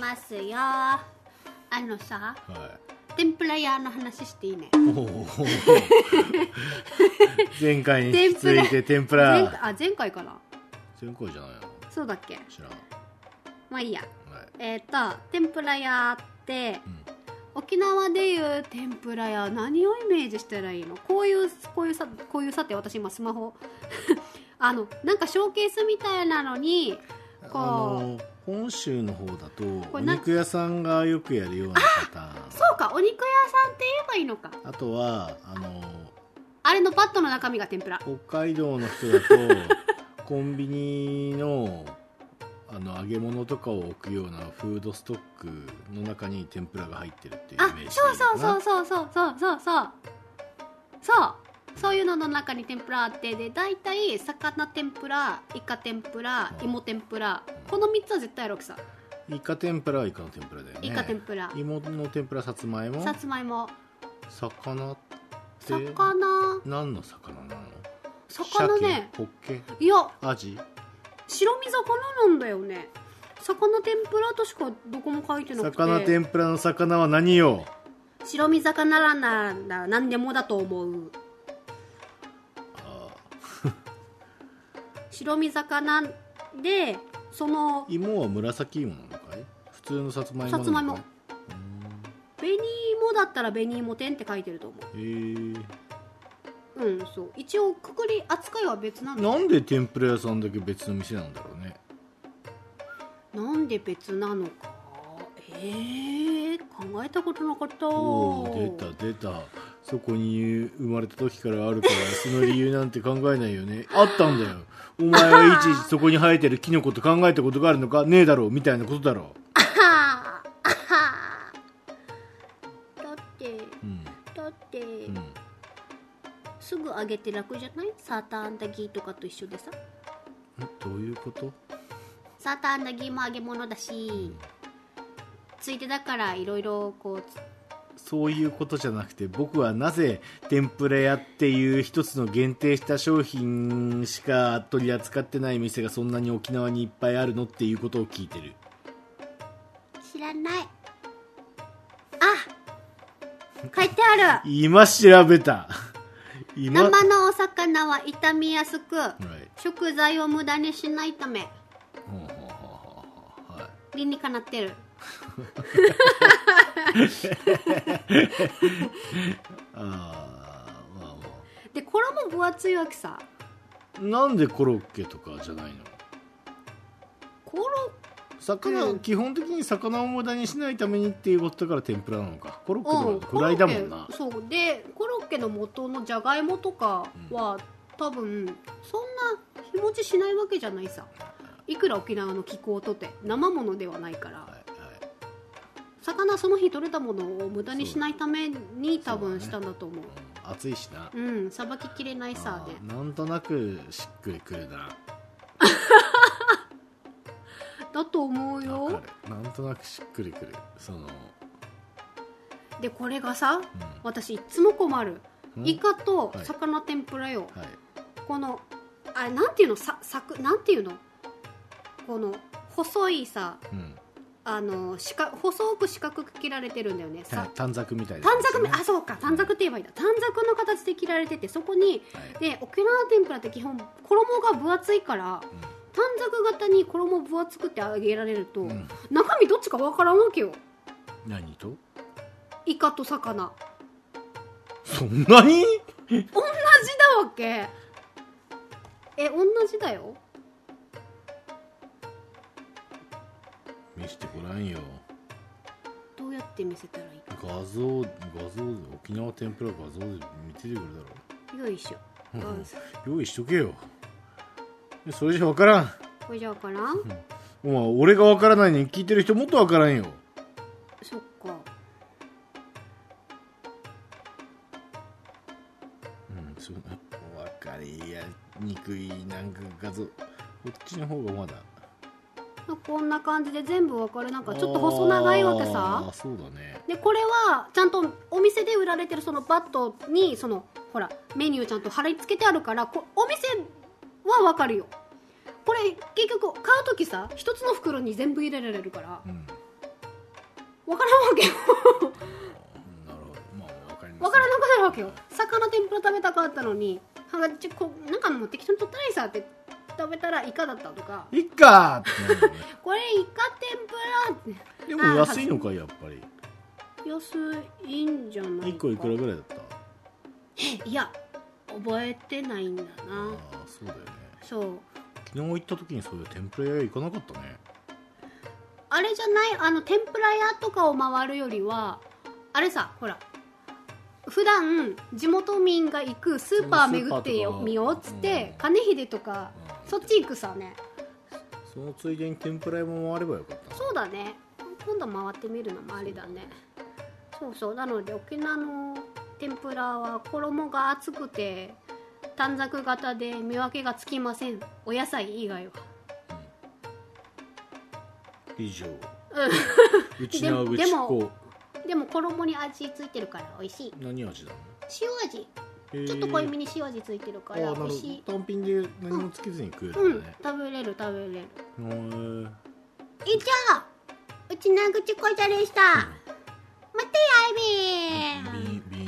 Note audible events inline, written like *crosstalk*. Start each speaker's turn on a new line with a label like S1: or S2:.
S1: ますよあのさ
S2: は
S1: 天ぷら屋の話していいね
S2: い。お
S1: *laughs*
S2: ー前回に引き続いて天ぷ
S1: 前
S2: ら。
S1: あ前回かな
S2: 前回じゃないの
S1: そうだっけ
S2: 知らん。
S1: まあいいや
S2: はい。
S1: えっ、と天ぷら屋って
S2: うん。
S1: 沖縄でいう天ぷら屋何をイメージしたらいいのこういうこういうさこういうさって私今スマホ *laughs* あのなんかショーケースみたいなのにこう
S2: あの本州の方だと
S1: こ
S2: お
S1: れな
S2: 肉屋さんがよくやるようなパターン
S1: そうかお肉屋さんって言えばいいのか
S2: あとはあの
S1: あれのパッドの中身が天ぷら
S2: 北海道の人だ
S1: *laughs*
S2: とコンビニのあの揚げ物とかを置くようなフードストックの中に天ぷらが入ってるっていうイ
S1: あ
S2: メージ
S1: そうそうそう
S2: う
S1: そうそうそうそうそうそうそういうのの中に天ぷらあってで大体魚天ぷらイカ天ぷら
S2: うん
S1: 芋天ぷらこの3つは絶対やろくさん
S2: イカ天ぷらはイカの天ぷらだよね
S1: イカ天ぷら
S2: 芋の天ぷらさつまいも
S1: さつまいも
S2: 魚って
S1: 魚
S2: 何の魚なの
S1: 魚ね
S2: 鮭ホッケ
S1: いや
S2: アジ
S1: 白身魚なんだよね魚天ぷらとしかどこも書いてなくて
S2: 魚天ぷらの魚は何よ
S1: 白身魚なら何でもだと思う
S2: あ
S1: 白身魚でその
S2: 芋は紫芋なのかい普通のさつまいもなのかい
S1: さつまいも
S2: う
S1: 紅芋だったら紅芋天って書いてると思
S2: ーんへ
S1: ううんそう一応くくり扱いは別なん
S2: え
S1: だ
S2: なんで天ぷら屋さんだけ別の店なんだろうね
S1: なんで別なのかえー、考えたことなかった
S2: おお出た出たそこに生まれた時からあるからその理由なんて考えないよね *laughs* あったんだよお前はいちいちそこに生えてるキノコと考えたことがあるのかねえだろうみたいなことだろ
S1: あはーあはーだって
S2: ううん
S1: だって、
S2: うん
S1: すぐ揚げて楽じゃないサーターアンダギーとかと一緒でさ
S2: どういうこと
S1: サーターアンダギーも揚げ物だしついてだからいろいろこうつ
S2: そういうことじゃなくて僕はなぜ天ぷら屋っていう一つの限定した商品しか取り扱ってない店がそんなに沖縄にいっぱいあるのっていうことを聞いてる
S1: 知らないあ書いてある
S2: 今調べた *laughs* 今
S1: 生のお魚は傷みやすく
S2: はい
S1: 食材を無駄にしないため
S2: ほうほうほうほうほうはい
S1: 理にかなってる
S2: あーまあま
S1: で衣分厚いわけさ
S2: あなんでコロッケとかじゃないの
S1: コロ
S2: 魚、
S1: うん
S2: 基本的に魚を無駄にしないためにっていうことだから天ぷらなのかコロッケ
S1: うん
S2: とかフライだもんな
S1: コロッケそうでコロッケの元のじゃがいもとかは、多分そんな日持ちしないわけじゃないさいくら沖縄の気候とて生ものではないから、
S2: はいはい
S1: 魚その日取れたものを無駄にしないために
S2: そう
S1: 多分
S2: そ
S1: し
S2: うだね
S1: たんだと思う
S2: うん暑いしな
S1: うんさばききれないさ
S2: あ
S1: で
S2: ーなんとなくしっくりくるな
S1: だと思う
S2: わか
S1: よ
S2: るなんとなくしっくりくるその、
S1: でこれがさ
S2: う
S1: 私いつも困る
S2: ん
S1: イカと
S2: はい
S1: 魚天ぷらよ、
S2: はい
S1: このあれなんていうのささくなんていうのこの細いさ
S2: うん
S1: あの四角細く四角く切られてるんだよね
S2: た
S1: さ
S2: 短冊みたいな
S1: 短冊めあ
S2: あ
S1: そうか短冊って言えばいいんだ短冊の形で切られててそこに
S2: はい
S1: で沖縄天ぷらって基本衣が分厚いから短冊型に衣分厚くて揚げられると、
S2: うんうん
S1: 中身どっちかわからんわけよ
S2: 何と
S1: イカと魚
S2: そんなに
S1: 同じだわけえ同じだよ
S2: 見せてごらんよ
S1: どうやって見せたらいい
S2: 画像画像で沖縄天ぷら画像で見ててくるだ
S1: かよいしょ
S2: ろ
S1: あ
S2: う、うん、用意しとけよそれじゃ分からん
S1: これじゃわからん
S2: お前俺が分からないのに聞いてる人もっと分からんよ
S1: そっか
S2: うん、そうね。分かりやにくい、なんか画像。こっちの方がまだ。
S1: こんな感じで全部分かれなんかちょっと細長いわけ
S2: あ
S1: さ
S2: ーそうだね。
S1: でこれはちゃんとお店で売られてるそのバットにそのほらメニューちゃんと貼り付けてあるからこお店は分かるよこれ結局買う時さ一つの袋に全部入れられるから
S2: うん。
S1: わからんわけよ
S2: なるほどまあわかります
S1: わからなくなるわけよ魚天ぷら食べたかったのにはちょこなんかもう適当に取ったらいいさって食べたらイカだったとか
S2: いっかーってなるよね
S1: *laughs* これイカ天ぷらって
S2: でも安いのかやっぱり
S1: 安いんじゃないか
S2: 1個いくらぐらいだった
S1: いや覚えてないんだ
S2: あ
S1: な
S2: あそうだよね
S1: そう
S2: 昨日行った時にそういう天ぷら屋行かなかったね
S1: あれじゃないあの天ぷら屋とかを回るよりはあれさほら普段地元民が行くスーパー巡ってよ
S2: そのスーパーとか
S1: みようっつって、
S2: うん
S1: 金秀とか、
S2: うん
S1: そっち行くさね
S2: そのついでに天ぷら屋も回ればよかったな
S1: そうだね今度回ってみるのもありだねそうそうなので沖縄の天ぷらは衣が厚くて短冊型で見分けがつきませんお野菜以外は
S2: 以上
S1: うん
S2: *laughs* うちなう
S1: で
S2: ち
S1: でも
S2: こ
S1: でも衣に味ついてるから美味しい
S2: 何味だ
S1: 塩味
S2: の
S1: ちょっと濃いめに塩味ついてる
S2: あ
S1: か
S2: ーな
S1: ら
S2: るほ
S1: 美
S2: ど
S1: 味しい
S2: 単品で何もつけずに食え
S1: う
S2: るん
S1: ん
S2: だね
S1: 食べれる食べれる
S2: へー
S1: 以上うちなぐちこいたでしたまたやいびー
S2: ビンビン